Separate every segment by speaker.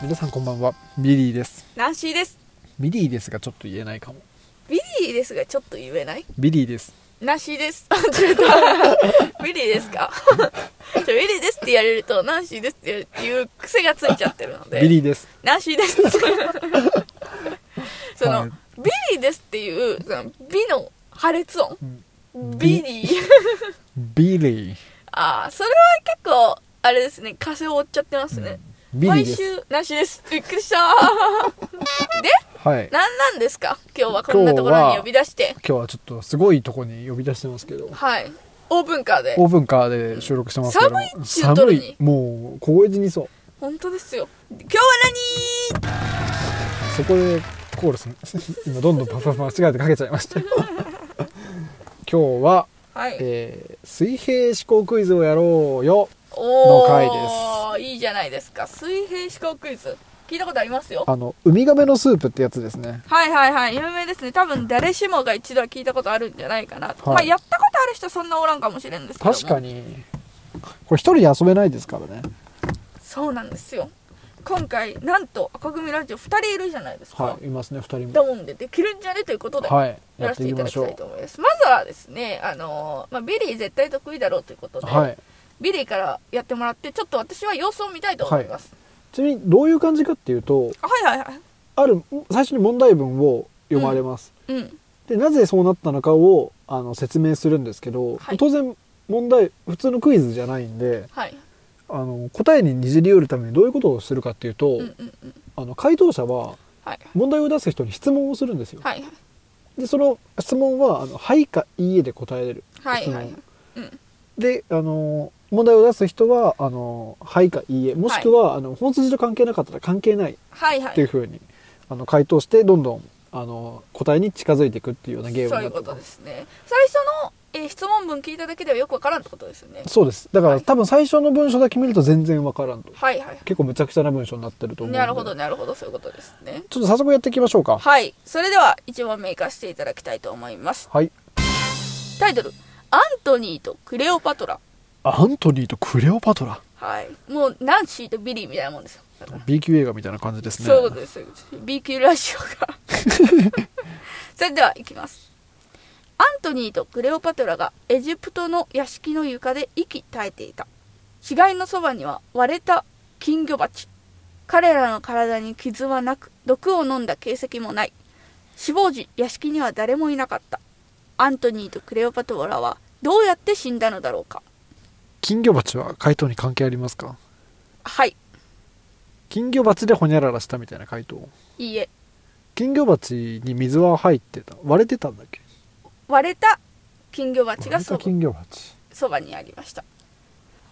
Speaker 1: 皆さんこんばんはビリーです
Speaker 2: ナンシーです
Speaker 1: ビリーですがちょっと言えないかも
Speaker 2: ビリーですがちょっと言えない
Speaker 1: ビリーです
Speaker 2: ナンシーですちょっ とビリーですかちょビリーですって言われるとナンシーですっていう癖がついちゃってるの
Speaker 1: ビ
Speaker 2: で
Speaker 1: リーです
Speaker 2: ナンシー ですその、
Speaker 1: はい
Speaker 2: ビリーですっていうその美の破裂音ビリー
Speaker 1: ビリー
Speaker 2: ああそれは結構あれですね風を追っちゃってますね、
Speaker 1: ビリー
Speaker 2: 毎
Speaker 1: です
Speaker 2: 週ナンシーですびっくりしたー で
Speaker 1: はい今
Speaker 2: 何なんですか今日はこんなところに呼び出して
Speaker 1: 日はちょっとすごいとこに呼び出してますけど
Speaker 2: はいオーブンカーで
Speaker 1: オーブンカーで収録してますけど
Speaker 2: 寒いっちゅうとるに
Speaker 1: 寒いもう凍え死にそう
Speaker 2: 本当ですよ今日は何
Speaker 1: そこでコールする 今どんどんパパパ間違えてかけちゃいました 今日は、
Speaker 2: はい、
Speaker 1: えー水平思考クイズをやろうよ
Speaker 2: お
Speaker 1: の回
Speaker 2: ーいいじゃないですか水平思考クイズ聞いたことありますよ
Speaker 1: あのウミガメのスープってやつですね
Speaker 2: はいはいはい有名ですね多分誰しもが一度は聞いたことあるんじゃないかな、と
Speaker 1: はい
Speaker 2: まあやったことある人そんなおらんかもしれんですけども
Speaker 1: 確かにこれ一人で遊べないですからね
Speaker 2: そうなんですよ今回なんと赤組ラジオ2人いるじゃないですか、
Speaker 1: はいいますね二人
Speaker 2: だ
Speaker 1: も
Speaker 2: もんでできるんじゃねということで、
Speaker 1: はい
Speaker 2: や
Speaker 1: や
Speaker 2: ら
Speaker 1: っ
Speaker 2: せ
Speaker 1: て
Speaker 2: て
Speaker 1: いき
Speaker 2: いた
Speaker 1: ま
Speaker 2: だ
Speaker 1: し
Speaker 2: きたい
Speaker 1: ょ
Speaker 2: と思いますまずはですねあのーまあ、ビリー絶対得意だろうということ
Speaker 1: う
Speaker 2: で、
Speaker 1: はい
Speaker 2: ビリーからやってもらってちょっと私は様子を見たいと思います、
Speaker 1: ちなみにどういう感じかっていうと
Speaker 2: あはい、はいはい
Speaker 1: ある最初に問題文を読まれます、
Speaker 2: うん
Speaker 1: でなぜそうなったのかをあの説明するんですけど、
Speaker 2: はい
Speaker 1: 当然問題普通のクイズじゃないんで
Speaker 2: はい
Speaker 1: あの答えににじり寄るためにどういうことをするかっていうと、
Speaker 2: うんうんうん
Speaker 1: あの回答者は
Speaker 2: はい
Speaker 1: 問題を出す人に質問をするんですよ、
Speaker 2: はい
Speaker 1: でその質問はあの「はい」か「いいえ」で答えれる
Speaker 2: はい
Speaker 1: 質問
Speaker 2: はいうん
Speaker 1: であの問題を出す人はあの「はい」か「いいえ」もしくは、あの本筋と関係なかったら関係ない
Speaker 2: はいはい
Speaker 1: っていうふうに、あの回答してどんどんあの答えに近づいていくっていうようなゲーム
Speaker 2: そうい
Speaker 1: にな
Speaker 2: う
Speaker 1: って
Speaker 2: こ
Speaker 1: ま
Speaker 2: と
Speaker 1: す
Speaker 2: ですね最初の、えー質問文聞いただけではよくわからんってことですよね
Speaker 1: そうですだから、
Speaker 2: はい
Speaker 1: 多分最初の文章だけ見ると全然わからんと
Speaker 2: はいはい
Speaker 1: 結構むちゃくちゃな文章になってると思うんで
Speaker 2: なるほどなるほどそういうことですね
Speaker 1: ちょっと早速やっていきましょうか
Speaker 2: はいそれでは1問目いかしていただきたいと思います
Speaker 1: はい
Speaker 2: タイトル「アントニーとクレオパトラ
Speaker 1: アントニーとクレオパトラ」
Speaker 2: はいもうナンシーとビリーみたいなもんですよだから
Speaker 1: B 級映画みたいな感じですね
Speaker 2: そういうことです。B 級ラジオ が。それでは行きます。アントニーとクレオパトラがエジプトの屋敷の床で息絶えていた。死骸のそばには割れた金魚鉢。彼らの体に傷はなく、毒を飲んだ形跡もない。死亡時、屋敷には誰もいなかった。アントニーとクレオパトラはどうやって死んだのだろうか。
Speaker 1: 金魚鉢は回答に関係ありますか
Speaker 2: はい、
Speaker 1: 金魚鉢でほにゃららしたみたいな回答
Speaker 2: いいえ。
Speaker 1: 金魚鉢に水は入ってた割れてたんだっけ
Speaker 2: 割れた金魚鉢
Speaker 1: 割れ
Speaker 2: がそ
Speaker 1: た
Speaker 2: ば
Speaker 1: 金魚鉢
Speaker 2: そばにありました。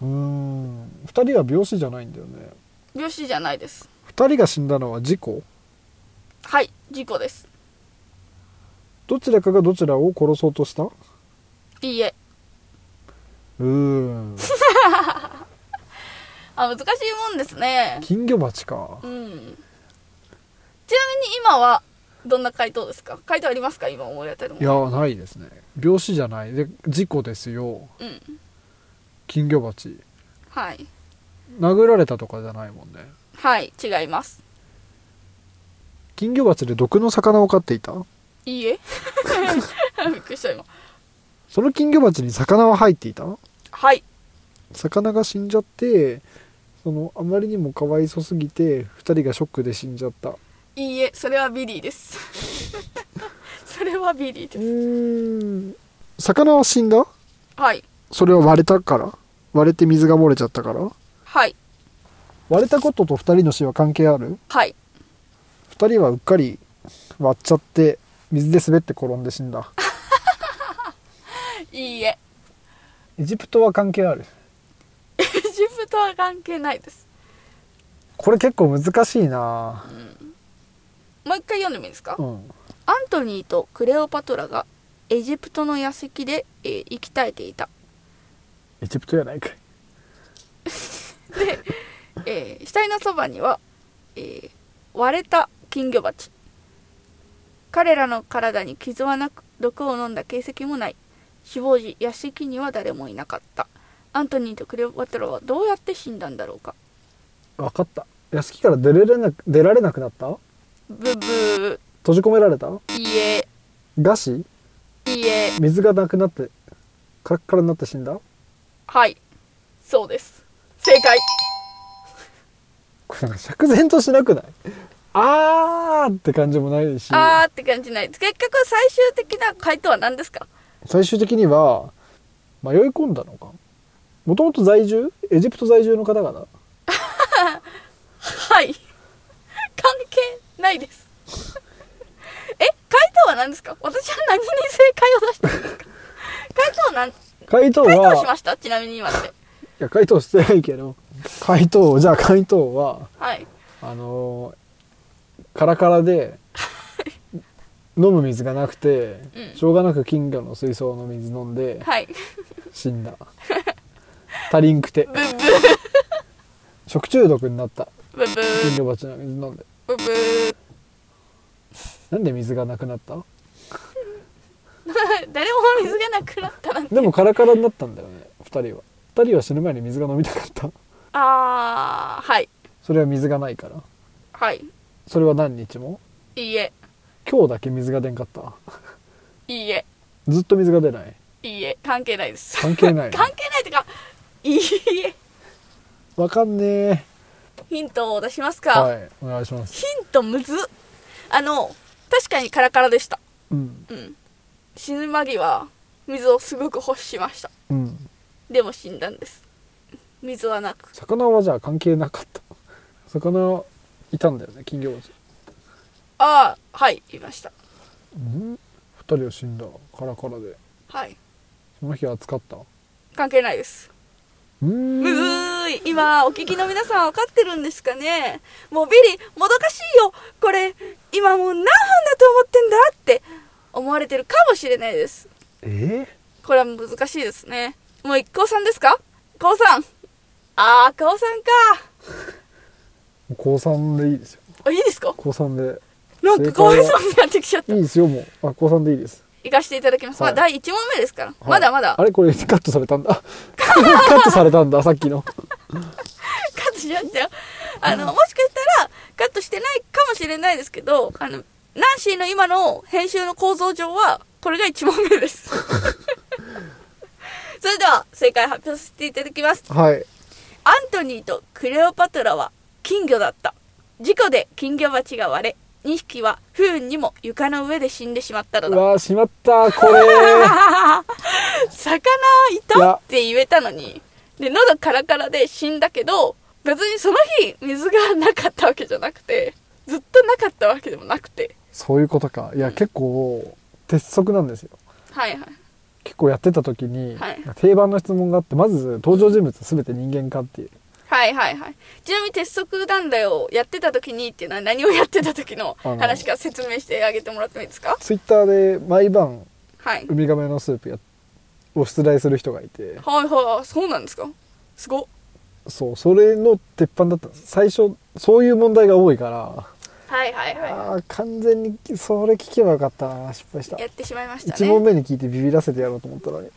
Speaker 1: うーん2人は病死じゃないんだよね
Speaker 2: 病死じゃないです
Speaker 1: 2人が死んだのは事故
Speaker 2: はい事故です
Speaker 1: どちらかがどちらを殺そうとしたう
Speaker 2: いいえ
Speaker 1: ーん
Speaker 2: あ難しいもんですね
Speaker 1: 金魚鉢か
Speaker 2: うんちなみに今はどんな回答ですか回答ありますか今思い当たるも
Speaker 1: い
Speaker 2: の
Speaker 1: やないですね病死じゃないで事故ですよ
Speaker 2: うん
Speaker 1: 金魚鉢
Speaker 2: はい
Speaker 1: 殴られたとかじゃないもんね
Speaker 2: はい違います
Speaker 1: 金魚鉢で毒の魚を飼っていた
Speaker 2: いいえ びっくりした今
Speaker 1: その金魚鉢に魚は入っていた
Speaker 2: はい
Speaker 1: 魚が死んじゃってそのあまりにもかわいそすぎて2人がショックで死んじゃったう
Speaker 2: いいえそれはビリーです それはビリーです
Speaker 1: ーん魚は死んだ
Speaker 2: はい
Speaker 1: それは割れたから割れて水が漏れちゃったから
Speaker 2: はい
Speaker 1: 割れたことと2人の死は関係ある
Speaker 2: はい
Speaker 1: 2人はうっかり割っちゃって水で滑って転んで死んだ
Speaker 2: いいえ
Speaker 1: エジプトは関係ある
Speaker 2: エジプトは関係ないです
Speaker 1: これ結構難しいな
Speaker 2: もう一回読んでもいいですか
Speaker 1: うん
Speaker 2: アントニーとクレオパトラがエジプトの屋敷で、えー生き絶えていた、
Speaker 1: エジプトやないかい
Speaker 2: えー死体のそばには、えー割れた金魚鉢彼らの体に傷はなく毒を飲んだ形跡もない死亡時屋敷には誰もいなかったアントニーとクレオパトラはどうやって死んだんだろうか
Speaker 1: 分かった屋敷から出れれなく出られなくなった
Speaker 2: ブブ
Speaker 1: 閉じ込められた
Speaker 2: ーいいえ
Speaker 1: 餓死
Speaker 2: いいえ
Speaker 1: 水がなくなってカラッカラになって死んだ
Speaker 2: はいそうです正解
Speaker 1: これなんか釈然としなくないあーって感じもないし
Speaker 2: あーって感じない結局最終的な回答は何ですか
Speaker 1: 最終的には迷い込んだのかもともと在住エジプト在住の方々
Speaker 2: はい関係ないですえ回答は何ですか私は何に正解を出したんですか回答は何
Speaker 1: 回答は
Speaker 2: 回答しましたちなみに今って
Speaker 1: いや回答してないけど回答じゃあ回答は
Speaker 2: はい
Speaker 1: あのーカラカラ で飲む水がなくて、
Speaker 2: うん
Speaker 1: しょうがなく金魚の水槽の水飲んで
Speaker 2: はい
Speaker 1: 死んだ足りんくて
Speaker 2: ブブー
Speaker 1: 食中毒になった
Speaker 2: ブブ
Speaker 1: 金
Speaker 2: ー
Speaker 1: 魚鉢の水飲んで
Speaker 2: ブブー
Speaker 1: なんで水がなくなった
Speaker 2: 誰も水がなくなったなんて
Speaker 1: でもカラカラになったんだよね2人は2人は死ぬ前に水が飲みたかった
Speaker 2: あーはい
Speaker 1: それは水がないから
Speaker 2: はい
Speaker 1: それは何日も
Speaker 2: いいえ
Speaker 1: 今日だけ水が出んかった
Speaker 2: いいえ
Speaker 1: ずっと水が出ない
Speaker 2: いいえ関係ないです
Speaker 1: 関係ない
Speaker 2: 関係ないってかいいえ
Speaker 1: わかんねえ
Speaker 2: ヒントを出しますか、
Speaker 1: はいお願いします
Speaker 2: ヒントむずっあの確かにカラカラでした
Speaker 1: うん
Speaker 2: うん死ぬ間際水をすごく欲しました
Speaker 1: うん
Speaker 2: でも死んだんです水はなく
Speaker 1: 魚はじゃあ関係なかった魚いたんだよね金魚鉢
Speaker 2: ああはいいました
Speaker 1: うん2人は死んだカラカラで
Speaker 2: はい
Speaker 1: その日は暑かったう
Speaker 2: 関係ないです
Speaker 1: ーん
Speaker 2: むずーい今お聞きの皆さん分かってるんですかねもうビリもどかしいよこれ今もう何分だと思ってんだって思われてるかもしれないです
Speaker 1: え
Speaker 2: これは難しいですねもう一高さんですか高さんああ高さんか
Speaker 1: ー、高3でいいですよ
Speaker 2: あいいですか
Speaker 1: 高3で
Speaker 2: なんかかわいそうになってきちゃった
Speaker 1: いいですよもうあ高3でいいです、
Speaker 2: 行かせていただきます、
Speaker 1: はい
Speaker 2: まあ第1問目ですから、
Speaker 1: はい
Speaker 2: まだまだ
Speaker 1: あれこれカットされたんだカットされたんださっきの
Speaker 2: カットしちゃったよあのもしかしたらカットしてないかもしれないですけどあのナンシーの今の編集の構造上はこれが1問目です それでは正解発表させていただきます
Speaker 1: はい
Speaker 2: アントニーとクレオパトラは金魚だった事故で金魚鉢が割れ2匹は不運にも床の上で死んでしまったの
Speaker 1: う
Speaker 2: だ
Speaker 1: わーしまったこれ
Speaker 2: 魚いたって言えたのにで喉カラカラで死んだけど別にその日水がなかったわけじゃなくてずっとなかったわけでもなくて
Speaker 1: そういうことかいや結構鉄則なんですよ
Speaker 2: はいはい
Speaker 1: 結構やってた時に、
Speaker 2: はい
Speaker 1: 定番の質問があってまず登場人物全て人間かっていう
Speaker 2: はいはいはいちなみに鉄則なんだよやってた時にっていうのは何をやってた時の
Speaker 1: あの
Speaker 2: 話から説明してあげてもらってもいいですか
Speaker 1: ツイッターで毎晩
Speaker 2: はい
Speaker 1: ウミガメのスープやを出題する人がいて
Speaker 2: はいはいそうなんですかすごっ
Speaker 1: そうそれの鉄板だったんです最初そういう問題が多いから
Speaker 2: はいはいは
Speaker 1: あー完全にそれ聞けばよかったな失敗した
Speaker 2: いやってしまいました
Speaker 1: 1問
Speaker 2: ね
Speaker 1: 目に聞いてビビらせてやろうと思ったのに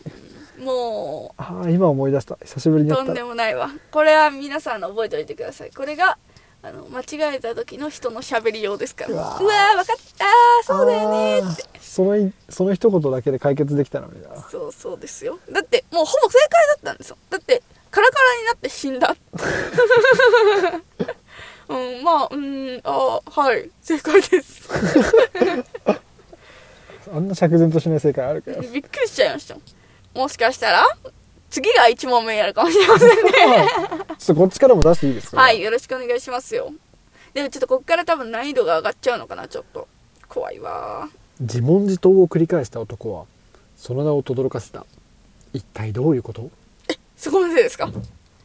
Speaker 2: もう
Speaker 1: ああ今思い出した久しぶりにや
Speaker 2: と
Speaker 1: った
Speaker 2: んで
Speaker 1: ら
Speaker 2: もないわこれは皆さんの覚えておいてくださいこれがあの間違えた時の人の喋りようですから
Speaker 1: う
Speaker 2: う
Speaker 1: わ
Speaker 2: わ
Speaker 1: ー
Speaker 2: ー分かったーそうだよね
Speaker 1: ねそのその一言だけで解決できたのにな
Speaker 2: ーそうそうですよだってもうほぼ正解だったんですよだってカラカラになって死んだ うんまあうんあーはい正解です
Speaker 1: あんな釈然としない正解あるか
Speaker 2: びっ
Speaker 1: ら
Speaker 2: くりしちゃいましたもしかしたら次が1問目やるかもしれませんね
Speaker 1: ちょっとこっちからも出していいですか
Speaker 2: はい、よろしくお願いしますよ。でもちょっとこっから多分難易度が上がっちゃうのかな、ちょっと。怖いわ
Speaker 1: 自問自答を繰り返した男はその名を轟かせた一体どういうこと
Speaker 2: ー。そこまでですか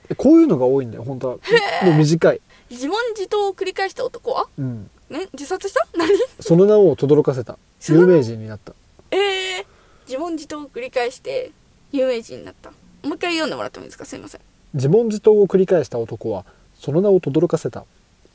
Speaker 1: えこういうのが多いんだよ本当はもう短い、
Speaker 2: 自問自答を繰り返した男は
Speaker 1: うん、
Speaker 2: ね自殺した何
Speaker 1: その名を轟かせた
Speaker 2: その
Speaker 1: 有
Speaker 2: 名
Speaker 1: 名人になった
Speaker 2: えー、自問自答を繰り返して有名人になった。もう一回読んでもらってもいいですかすいません。
Speaker 1: 自問自答を繰り返した男はその名を轟かせた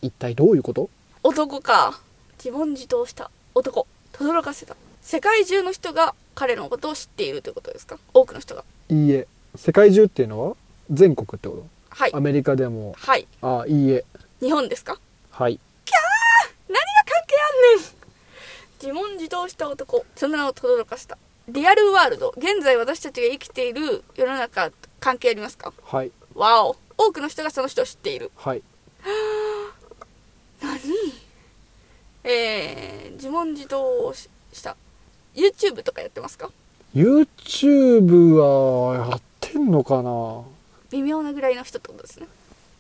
Speaker 1: 一体どういうこと
Speaker 2: 男か。自問自答した男。轟かせた。世界中の人が彼のことを知っているということですか多くの人が。
Speaker 1: いいえ世界中っていうのは全国ってこ
Speaker 2: はい
Speaker 1: とア。メリカでも
Speaker 2: はい。
Speaker 1: ああいいえ
Speaker 2: 日本ですか
Speaker 1: はい
Speaker 2: 何が関係あんねん自問自答した男その名を轟かしたリアルワールド現在私たちが生きている世の中と関係ありますか
Speaker 1: はい
Speaker 2: わお多くの人がその人を知っている
Speaker 1: はい
Speaker 2: 何えー、自問自答をしした YouTube とかやってますか
Speaker 1: YouTube はやってんのかな
Speaker 2: 微妙なぐらいの人ってことですね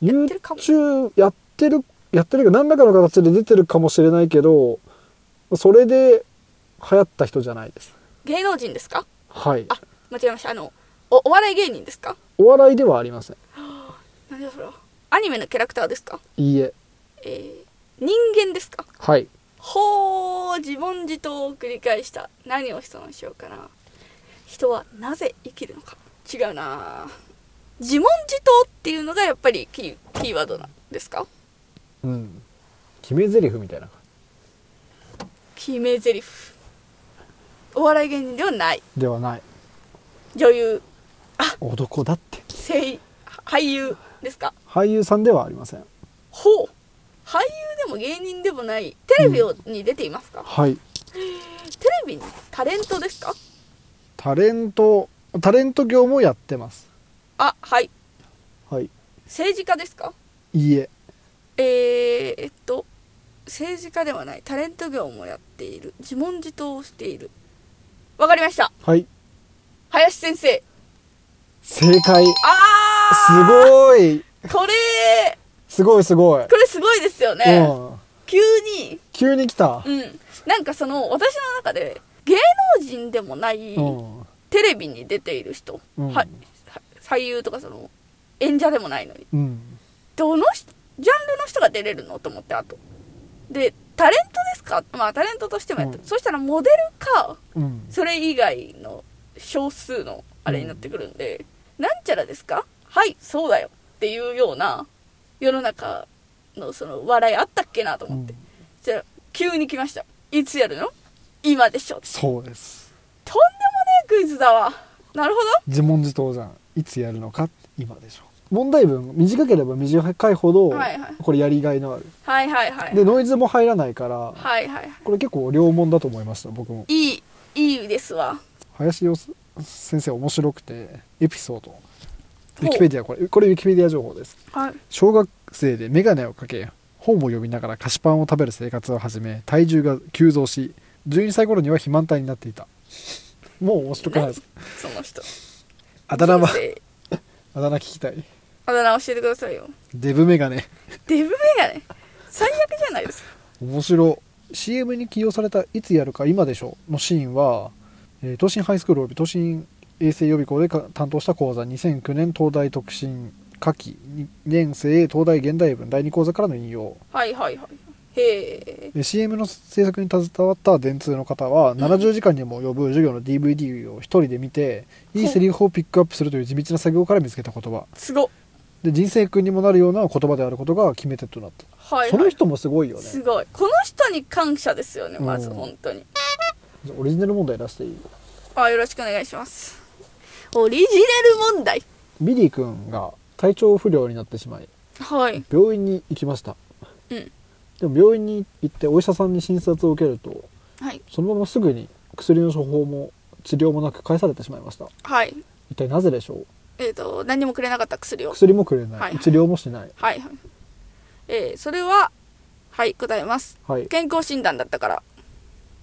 Speaker 2: やってるかも
Speaker 1: YouTube やってるやってるけど何らかの形で出てるかもしれないけどそれで流行った人じゃないです
Speaker 2: 芸能人ですか
Speaker 1: はい
Speaker 2: あ間違えましたあのおお笑い芸人ですか
Speaker 1: お笑いではありません
Speaker 2: 何だそれはアニメのキャラクターですか
Speaker 1: いいえ
Speaker 2: えー、人間ですか
Speaker 1: はい
Speaker 2: ほー自問自答を繰り返した何を質問しようかな人はなぜ生きるのか違うな自問自答っていうのがやっぱりキーキーワードなんですか
Speaker 1: うん決め台詞みたいな感
Speaker 2: 決め台詞お笑い芸人ではない
Speaker 1: じではない
Speaker 2: 女優
Speaker 1: 男だって
Speaker 2: 声優俳優ですか
Speaker 1: 俳優さんではありません
Speaker 2: ほう俳優でも芸人でもないテレビをに出ていますか、
Speaker 1: はい
Speaker 2: テレビにタレントですか
Speaker 1: タレントタレント業もやってます
Speaker 2: あはい
Speaker 1: はい
Speaker 2: 政治家ですか
Speaker 1: いいえ
Speaker 2: えー、えっと政治家ではないタレント業もやっている自問自答をしているわかりました
Speaker 1: はい
Speaker 2: 林先生
Speaker 1: 正解す
Speaker 2: あ
Speaker 1: ごい
Speaker 2: ーこれ
Speaker 1: すごいすごい、
Speaker 2: これすごいですよね
Speaker 1: うん
Speaker 2: 急に
Speaker 1: 急に来た
Speaker 2: うんなんかその私の中で芸能人でもない
Speaker 1: うん
Speaker 2: テレビに出ている人、
Speaker 1: うん
Speaker 2: はは俳優とかその演者でもないのに
Speaker 1: うん
Speaker 2: どのしジャンルの人が出れるのと思ってあとでタレントですかまあタレントとしてもやってる、
Speaker 1: うん
Speaker 2: そしたらモデルか
Speaker 1: うん
Speaker 2: それ以外の少数のあれになってくるんで、なんちゃらですかはいそうだよっていうような世の中のその笑いあったっけなと思って、
Speaker 1: うん
Speaker 2: じゃあ急に来ましたいつやるの今でしょとんで
Speaker 1: そうです
Speaker 2: もねえクイズだわなるほど
Speaker 1: 自問自答じゃんいつやるのか今でしょ問題文短ければ短いほど、
Speaker 2: はいはい
Speaker 1: これやりがいのある
Speaker 2: はいはいはい
Speaker 1: でノイズも入らないから、
Speaker 2: はいはいはい
Speaker 1: これ結構良問だと思いました僕も
Speaker 2: いいいいですわ
Speaker 1: 林洋先生面白くてエピソードウ
Speaker 2: う
Speaker 1: ィキペディアこれこれウィキペディア情報です
Speaker 2: はい
Speaker 1: 小学生で眼鏡をかけ本を読みながら菓子パンを食べる生活を始め体重が急増し12歳頃には肥満体になっていたもう面白くないですか
Speaker 2: その人
Speaker 1: あだ名は
Speaker 2: 人生
Speaker 1: あだ名聞きたい
Speaker 2: あだ名教えてくださいよ
Speaker 1: デブ眼鏡
Speaker 2: デブメガネ最悪じゃないですか
Speaker 1: 面白い CM に起用された「いつやるか今でしょ」のシーンは、えー東進ハイスクール及び東進衛生予備校でか担当した講座2009年東大特進夏季2年生東大現代文第2講座からの引用
Speaker 2: はいはいはいへえ
Speaker 1: えー CM の制作に携わった電通の方は70時間にも及ぶ授業の DVD を一人で見ていいセリフをピックアップするという地道な作業から見つけた言葉
Speaker 2: すごっ
Speaker 1: で人生訓にもなるような言葉であることが決め手となった
Speaker 2: はい、
Speaker 1: そ
Speaker 2: は
Speaker 1: の
Speaker 2: い、
Speaker 1: 人もすごいよね
Speaker 2: すごいこの人に感謝ですよねまず
Speaker 1: うん
Speaker 2: 本当に
Speaker 1: じゃあオリジナル問題出していい
Speaker 2: あよろしくお願いしますオリジナル問題
Speaker 1: ビリー君が体調不良になってしまい
Speaker 2: はい
Speaker 1: 病院に行きました
Speaker 2: うん
Speaker 1: でも病院に行ってお医者さんに診察を受けると
Speaker 2: はい
Speaker 1: そのまますぐに薬の処方も治療もなく返されてしまいました
Speaker 2: はい
Speaker 1: 一体なぜでしょう
Speaker 2: えっ、と何もくれなかった薬を
Speaker 1: 薬もくれない、
Speaker 2: はい
Speaker 1: 治療もしない
Speaker 2: はいはいえー、それははい答えます
Speaker 1: はいい
Speaker 2: 健康診断だったから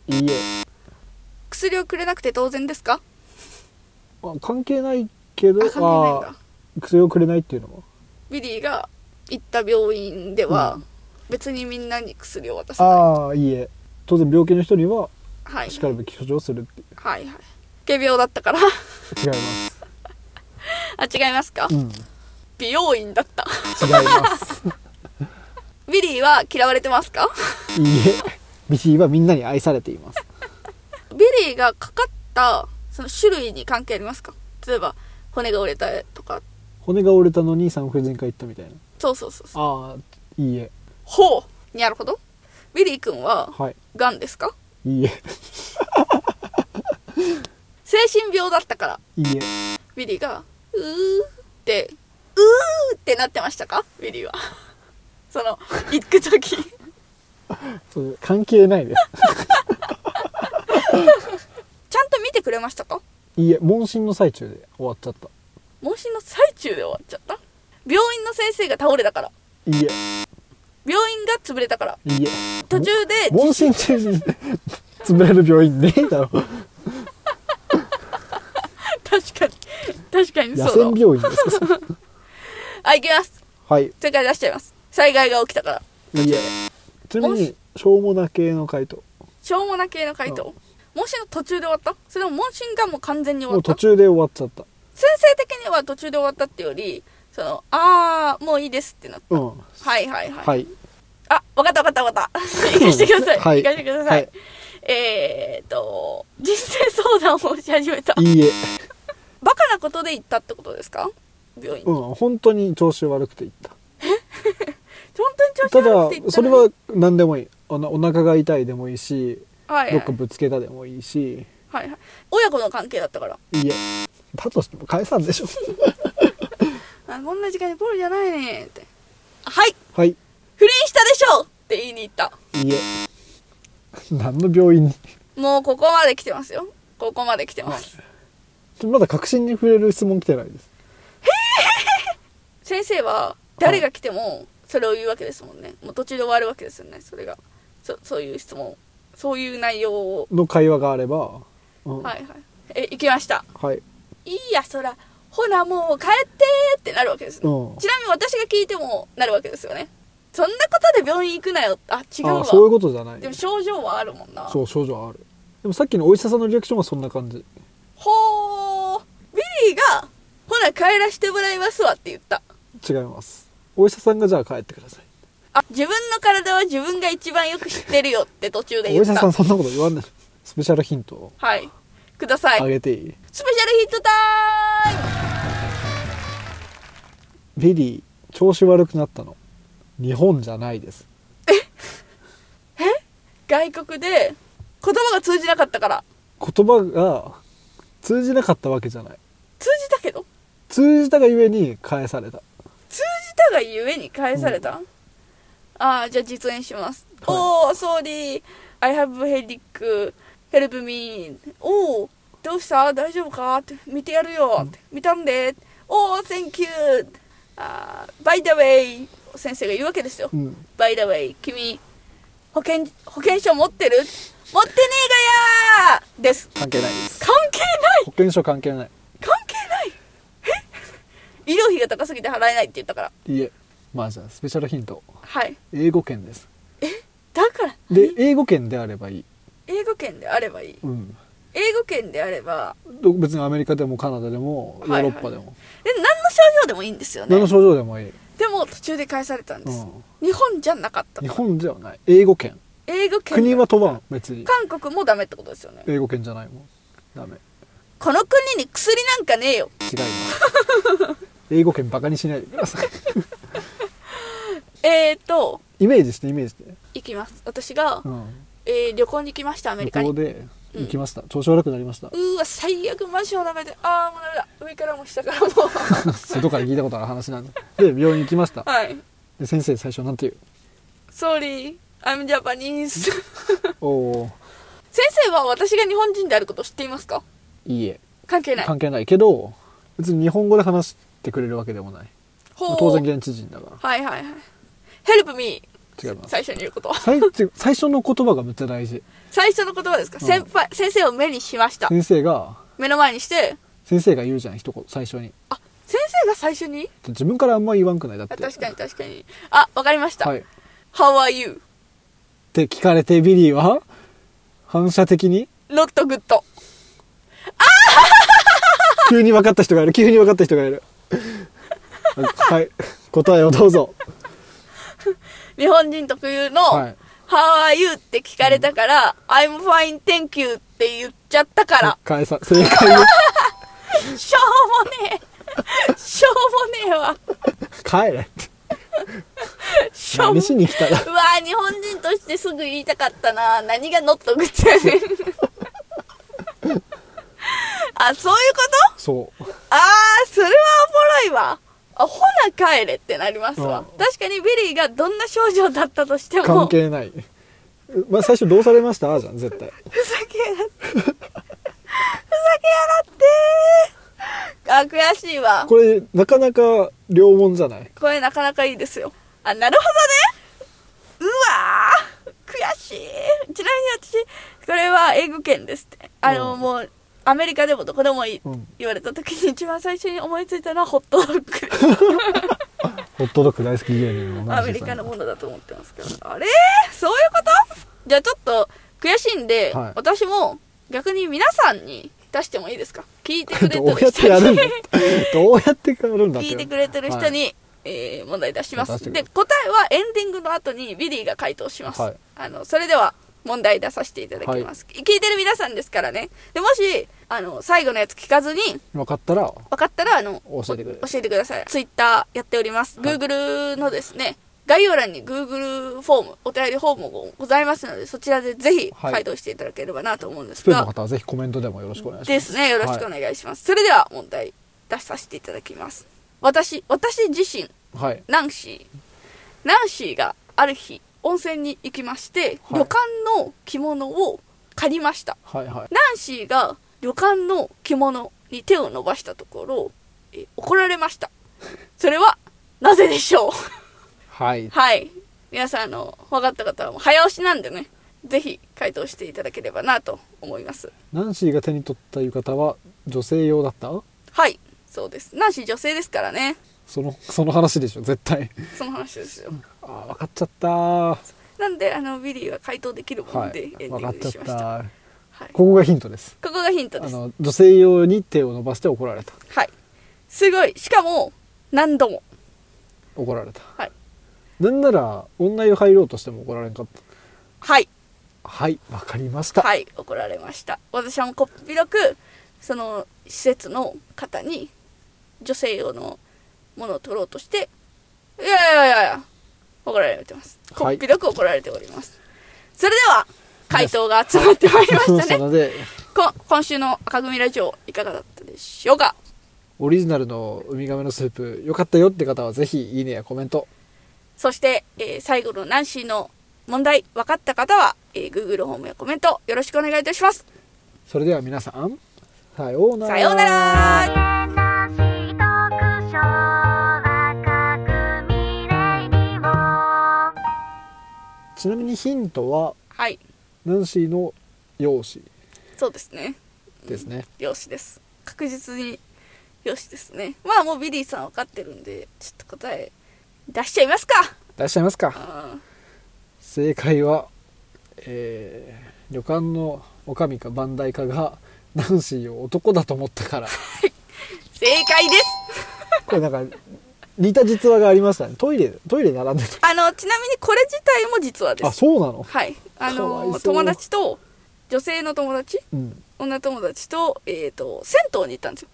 Speaker 1: いえ
Speaker 2: 薬をくれなくて当然ですか
Speaker 1: あ関係ないけど
Speaker 2: あ関係ないんだ
Speaker 1: あ薬をくれないっていうのは
Speaker 2: ビリーが行った病院では、
Speaker 1: うん
Speaker 2: 別にみんなに薬を渡さない
Speaker 1: ああいいえ当然病気の人には
Speaker 2: はい
Speaker 1: しかるべき処置をするって
Speaker 2: はいはい仮病だったから
Speaker 1: 違います
Speaker 2: あ違いますか、
Speaker 1: うん違い
Speaker 2: 美容院だった
Speaker 1: ます
Speaker 2: ビリーは嫌われてますか
Speaker 1: いいえビシーはみんなに愛されています
Speaker 2: ビリーがかかったその種類に関係ありますか例えば骨が折れたとか
Speaker 1: 骨が折れたのに産婦人科行ったみたいな
Speaker 2: そうそうそうそう
Speaker 1: ああいいえ
Speaker 2: ほうなるほどビリー君は
Speaker 1: はい
Speaker 2: がんですか
Speaker 1: いいえ
Speaker 2: 精神病だったから
Speaker 1: いいえ
Speaker 2: ビリーがうーってうーってなってましたかビリーは その行く時
Speaker 1: そう関係ない です
Speaker 2: ちゃんと見てくれましたか
Speaker 1: いいえ問診の最中で終わっちゃった
Speaker 2: 問診の最中で終わっちゃった病院の先生が倒れたから
Speaker 1: いい
Speaker 2: 病院が潰れたから
Speaker 1: えいいえ
Speaker 2: 途中で
Speaker 1: 問診中に 潰れる病院ねえだろ
Speaker 2: 確かに確かに
Speaker 1: 野
Speaker 2: そ
Speaker 1: 戦
Speaker 2: うだ
Speaker 1: 病院ですか
Speaker 2: あ行きます
Speaker 1: はいい
Speaker 2: 正解出しちゃいます災害が起きたから
Speaker 1: いえちなみにしょうもな系の回答
Speaker 2: しょうもな系の回答問診の途中で終わったそれも問診がもう完全に終
Speaker 1: も
Speaker 2: わ
Speaker 1: う
Speaker 2: っ
Speaker 1: 途
Speaker 2: た
Speaker 1: 中で終わっちゃった
Speaker 2: 先生的には途中で終わったってよりそのああもういいですってなった
Speaker 1: うん
Speaker 2: はいはいはい、
Speaker 1: はい
Speaker 2: あわかったわかったわか った行かしてください、
Speaker 1: はい
Speaker 2: 行かしてくださ
Speaker 1: は
Speaker 2: い、
Speaker 1: い
Speaker 2: えーっと人生相談をし始めた
Speaker 1: いいえ
Speaker 2: バカなことで行ったってことですか病院、
Speaker 1: う
Speaker 2: 本
Speaker 1: ん本当に調子悪くて行った
Speaker 2: 当に調
Speaker 1: た
Speaker 2: 子悪
Speaker 1: だ
Speaker 2: くて行った
Speaker 1: それ
Speaker 2: のに
Speaker 1: は何でもいいおなお腹が痛いでもいいし
Speaker 2: はい
Speaker 1: ど
Speaker 2: は
Speaker 1: っか
Speaker 2: い、
Speaker 1: ぶつけたでもいいし
Speaker 2: はいはい、親子の関係だったから
Speaker 1: いいえだとしても返さんでしょ
Speaker 2: あこんな時間にポロじゃないねってはい
Speaker 1: はいい
Speaker 2: 不倫したでしょって言いに行った
Speaker 1: いえ何の病院に
Speaker 2: もうここまで来てますよここまで来てます
Speaker 1: まだ確信に触れる質問来てないです
Speaker 2: 先生は誰が来てもそれを言うわけですもんねもう途中で終わるわけですよねそれがそそういう質問そういう内容を
Speaker 1: の会話があれば、うん、、
Speaker 2: はいいはいえ行きました
Speaker 1: はい、
Speaker 2: いいやそらほなもう帰ってってなるわけです
Speaker 1: う
Speaker 2: ね
Speaker 1: ん
Speaker 2: ちなみに私が聞いてもなるわけですよねそんなことで病院行くなよあ違う
Speaker 1: あ
Speaker 2: わ
Speaker 1: あそういうことじゃない
Speaker 2: でも症状はあるもんな
Speaker 1: そう症状あるでもさっきのお医者さんのリアクションはそんな感じ
Speaker 2: ほービリーが「ほな帰らしてもらいますわ」って言った
Speaker 1: 違いますお医者さんがじゃあ帰ってください
Speaker 2: あ自分の体は自分が一番よく知ってるよって途中で
Speaker 1: お
Speaker 2: 言
Speaker 1: 医
Speaker 2: っ
Speaker 1: 者さん
Speaker 2: た
Speaker 1: そんなこと言わんないスペシャルヒントを
Speaker 2: はいくださ
Speaker 1: あ
Speaker 2: い
Speaker 1: げていい
Speaker 2: スペシャルヒットタイム
Speaker 1: ビリー調子悪くなったの日本じゃないです
Speaker 2: 外国で言葉が通じなかったから
Speaker 1: 言葉が通じなかったわけじゃない
Speaker 2: 通じたけど
Speaker 1: 通じたがゆえに返された
Speaker 2: 通じたがゆえに返された、ああじゃあ実演します、
Speaker 1: はい
Speaker 2: おお sorry I have headache help me おおどうした大丈夫かって見てやるよって、見たんでおお thank you あー by the way 先生が言うわけですよ、
Speaker 1: うん、
Speaker 2: by the way 君保険保険証持ってる持ってねえがやーです
Speaker 1: 関係ないです
Speaker 2: 関係ない
Speaker 1: 保険証関係ない
Speaker 2: 関係ないえ医 療費が高すぎて払えないって言ったから
Speaker 1: いいえまあじゃあスペシャルヒント
Speaker 2: はい
Speaker 1: 英語圏です
Speaker 2: だから
Speaker 1: で英語圏であればいい、
Speaker 2: 英語圏であればいい
Speaker 1: うん、
Speaker 2: 英語圏であれば
Speaker 1: ど別にアメリカでもカナダでもヨ
Speaker 2: はいはい
Speaker 1: ーロッパでも、
Speaker 2: で何の症状でもいいんですよね
Speaker 1: 何の症状でもいい、
Speaker 2: でも途中で返されたん
Speaker 1: う
Speaker 2: です、
Speaker 1: ん、
Speaker 2: 日本じゃなかった
Speaker 1: 日本ではない英語圏
Speaker 2: 英語圏
Speaker 1: 国は飛ばん別に
Speaker 2: 韓国もダメってことですよね
Speaker 1: 英語圏じゃないもんダメ
Speaker 2: この国に薬なんかねえよ
Speaker 1: 違います 英語圏バカにしないでください
Speaker 2: えーと
Speaker 1: イメージしてイメージして、
Speaker 2: 行きます私が、
Speaker 1: うん、
Speaker 2: えー旅行に来ましたアメ
Speaker 1: 向
Speaker 2: リカに
Speaker 1: こうで行きました、調子悪くなりました
Speaker 2: うーわ最悪マジおダメでああもうダメだ上からも下か らも
Speaker 1: 外から聞いたことある話 なんでで病院行きました
Speaker 2: はい
Speaker 1: で先生最初なんて言う
Speaker 2: Sorry I'm Japanese 先
Speaker 1: おお
Speaker 2: 生は私が日本人であることを知っていますか
Speaker 1: いいえ
Speaker 2: 関係ない
Speaker 1: 関係ないけど別に日本語で話してくれるわけでもない
Speaker 2: ほう
Speaker 1: 当然現地人だか
Speaker 2: はいはいはい Help me
Speaker 1: ら違います
Speaker 2: 最初に言うことは
Speaker 1: 最最初の言葉がめっちゃ大事
Speaker 2: 最初の言葉ですか、
Speaker 1: うん
Speaker 2: 先輩先生を目にしました
Speaker 1: 先生が
Speaker 2: 目の前にして
Speaker 1: 先生が言うじゃん一言最初に
Speaker 2: あ先生が最初に
Speaker 1: 自分からあんま言わんくないだって
Speaker 2: あ確かに確かにあわかりました、
Speaker 1: はい、っ
Speaker 2: How are you?
Speaker 1: て聞かれてビリーは反射的に
Speaker 2: Not good
Speaker 1: 急に分かった人がいる急に分かった人がいる はい答えをどうぞ
Speaker 2: 日本人特有の、
Speaker 1: はい
Speaker 2: How are you? って聞かれたから、I'm fine, thank you って言っちゃったから、
Speaker 1: 返さ正解です
Speaker 2: しょうもねえ、しょうもねえわ、
Speaker 1: 帰れって
Speaker 2: しょうも
Speaker 1: 何しに来たら
Speaker 2: うわー日本人としてすぐ言いたかったな何がノットグッズやねん あそういうこと
Speaker 1: そう
Speaker 2: ああそれはおもろいわああほな帰れってなりますわ、
Speaker 1: うん
Speaker 2: 確かにビリーがどんな症状だったとしても
Speaker 1: 関係ないまあ最初どうされましたじゃん絶対
Speaker 2: ふざけやがってふざけやがってあ悔しいわ
Speaker 1: これなかなか良もんじゃない
Speaker 2: これなかなかいいですよあなるほどねうわー悔しいちなみに私これは英語圏ですってあの、
Speaker 1: うん
Speaker 2: もうアメリカでもどこでもいい、
Speaker 1: うん
Speaker 2: 言われた時に一番最初に思いついたのはホットドッグ
Speaker 1: ホットドッグ大好き芸人の
Speaker 2: アメリカのものだと思ってますけどあれーそういうことじゃあちょっと悔しいんで、
Speaker 1: はい
Speaker 2: 私も逆に皆さんに出してもいいですか聞いてくれて
Speaker 1: ど
Speaker 2: る
Speaker 1: うやって
Speaker 2: 人
Speaker 1: やるん
Speaker 2: に
Speaker 1: だどうやってやるんだって
Speaker 2: 聞いてくれてる人に、えー問題出しま
Speaker 1: 出し
Speaker 2: す
Speaker 1: てく
Speaker 2: で
Speaker 1: れ
Speaker 2: 答えはエンディングの後にビリーが回答します、
Speaker 1: はい
Speaker 2: あのそれでは問題出させていただきます、聞いてる皆さんですからねでもしあの最後のやつ聞かずに
Speaker 1: 分かったら
Speaker 2: 分かったらあの
Speaker 1: 教えてくれ
Speaker 2: 教えてください。ツイッターやっております。Google のですね、概要欄に Google フォーム、お便りフォームもございますので、そちらでぜひ
Speaker 1: はい
Speaker 2: 回答していただければなと思うんで
Speaker 1: ス
Speaker 2: す
Speaker 1: ペ
Speaker 2: が、
Speaker 1: ルの方はぜひコメントでもよろしくお願いします
Speaker 2: ですね、よろしくお願いします。それでは問題出させていただきます。私、私自身、
Speaker 1: はい
Speaker 2: ナンシー。ナンシーがある日、温泉に行きまして、
Speaker 1: はい
Speaker 2: 旅館の着物を借りました。
Speaker 1: はいはい
Speaker 2: ナンシーが旅館の着物に手を伸ばしたところ、えー怒られました。それは、なぜでしょう
Speaker 1: はい
Speaker 2: はい。皆さん、あの、分かった方はもう早押しなんでね、ぜひ回答していただければなと思います。
Speaker 1: ナンシーが手に取った浴衣は女性用だった
Speaker 2: はい。そうです。ナンシー女性ですからね。
Speaker 1: そのその話でしょ絶対
Speaker 2: その話ですよ。
Speaker 1: あー分かっちゃったー
Speaker 2: なんで、あの、ビリーは回答できるも
Speaker 1: は
Speaker 2: んで、エンデ
Speaker 1: い
Speaker 2: ィ
Speaker 1: 分か
Speaker 2: ン
Speaker 1: っ
Speaker 2: グ
Speaker 1: ちゃ
Speaker 2: に
Speaker 1: っ
Speaker 2: しました。は
Speaker 1: た
Speaker 2: い。こ
Speaker 1: ここがヒントです
Speaker 2: こがヒントで
Speaker 1: あ
Speaker 2: す。
Speaker 1: の女性用に手を伸ばして怒られた
Speaker 2: はい。すごい。しかも、何度も。
Speaker 1: 怒られた
Speaker 2: はい。
Speaker 1: なんなら女湯入ろうとしても怒られんかっ
Speaker 2: はい。
Speaker 1: たはいわかりました、
Speaker 2: はい怒られました私はもうこっぴどくその施設の方に女性用のものを取ろうとしていやいやいやいや怒られてますこ
Speaker 1: は
Speaker 2: っ
Speaker 1: い
Speaker 2: ぴどく怒られております、それでは回答が集まってまいりま
Speaker 1: そう
Speaker 2: し
Speaker 1: した
Speaker 2: たね
Speaker 1: ので
Speaker 2: こ今週の赤組ラジオいかがだったでしょうか
Speaker 1: オリジナルのウミガメのスープ良かったよって方はぜひいいねやコメント
Speaker 2: そして、えー最後のナンシーの問題分かった方は、えー Google ホームやコメントよろしくお願いいたします
Speaker 1: それでは皆さんさようなら
Speaker 2: さようなら
Speaker 1: ちなみにヒントは
Speaker 2: はい
Speaker 1: ナンシーの容姿
Speaker 2: そうですね
Speaker 1: ですね、
Speaker 2: 容姿です確実に容姿ですねまあもうビリーさん分かってるんでちょっと答え出しちゃいますか
Speaker 1: 出しちゃいますか
Speaker 2: うん
Speaker 1: 正解は、えー旅館のおかみか番台かがナンシーを男だと思った から
Speaker 2: 正解です
Speaker 1: これなんか似た実話がありましたねトイレトイレ並んで
Speaker 2: あのちなみにこれ自体も実はで
Speaker 1: たあ
Speaker 2: す
Speaker 1: そうなの
Speaker 2: はいあ
Speaker 1: かわいそ
Speaker 2: の
Speaker 1: う
Speaker 2: 友達と女性の友達
Speaker 1: うん
Speaker 2: 女友達と,、えー、と銭湯に行ったんですよ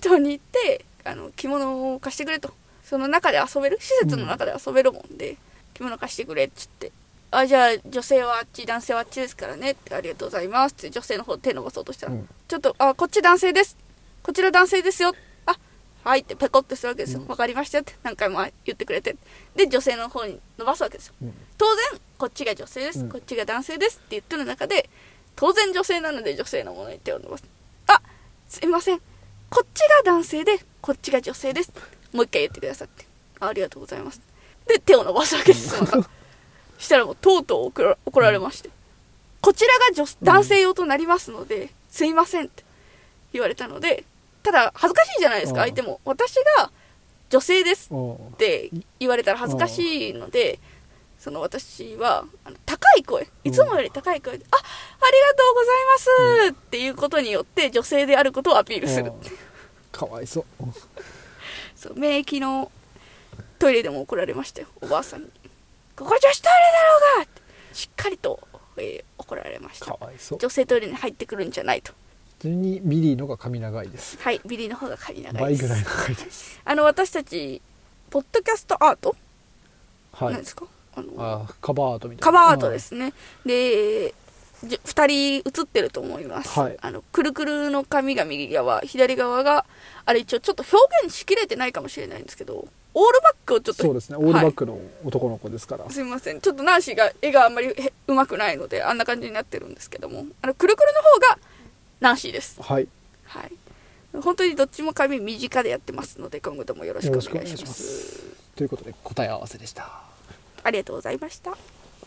Speaker 2: 銭湯に行ってあの着物を貸してくれとその中で遊べる施設の中で遊べるもんで、着物貸してくれっつって「あじゃあ女性はあっち男性はあっちですからね」って「ありがとうございます」って女性の方手伸ばそうとしたら「
Speaker 1: うん
Speaker 2: ちょっとあこっち男性ですこちら男性ですよ」あはいってペコってするわけですよ
Speaker 1: う
Speaker 2: 「
Speaker 1: ん
Speaker 2: わ、かりました」って何回も言ってくれてで女性の方に伸ばすわけですよ
Speaker 1: うん
Speaker 2: 当然こっちが女性です、
Speaker 1: うん
Speaker 2: こっちが男性ですって言ってる中で当然女性なので女性のものに手を伸ばすあすいませんこっちが男性でこっちが女性ですもう一回言ってくださってあありがとうございますで手を伸ばすわけですよ したらもうとうとう怒ら怒られまして、こちらが女男性用となりますので、すいませんって言われたのでただ恥ずかしいじゃないですか
Speaker 1: うん
Speaker 2: 相手も私が女性です
Speaker 1: おう
Speaker 2: って言われたら恥ずかしいので、その私はあの高い声いつもより高い声で「あありがとうございます」っていうことによって女性であることをアピールする
Speaker 1: おうかわいそう
Speaker 2: そう免疫のトイレでも怒られましたよおばあさんに「ここ女子トイレだろうが!」ってしっかりと、えー怒られました
Speaker 1: かわいそう
Speaker 2: 女性トイレに入ってくるんじゃないと
Speaker 1: 普通にビリーのが髪長いです
Speaker 2: はいビリの方が髪長い
Speaker 1: 倍
Speaker 2: で
Speaker 1: ぐらい
Speaker 2: す
Speaker 1: 長いです
Speaker 2: あの私たちポッドキャストアート、
Speaker 1: は
Speaker 2: なん
Speaker 1: い
Speaker 2: ですかあの
Speaker 1: あーカバーアートみたいな
Speaker 2: カバーアートですね。で、じ2人映ってると思います、
Speaker 1: はい
Speaker 2: あのくるくるの髪が右側左側があれ一応ちょっと表現しきれてないかもしれないんですけどオールバックをちょっと
Speaker 1: そうですねオールバックの男の子ですから、
Speaker 2: すいませんちょっとナーシーが絵があんまりへうまくないのであんな感じになってるんですけどもあのくるくるの方がナーシーです
Speaker 1: はい
Speaker 2: はい本当にどっちも髪身近でやってますので今後ともよろしくお願いし
Speaker 1: よろしくお願いし
Speaker 2: ま
Speaker 1: ますということで答え合わせでした
Speaker 2: ありがとうございました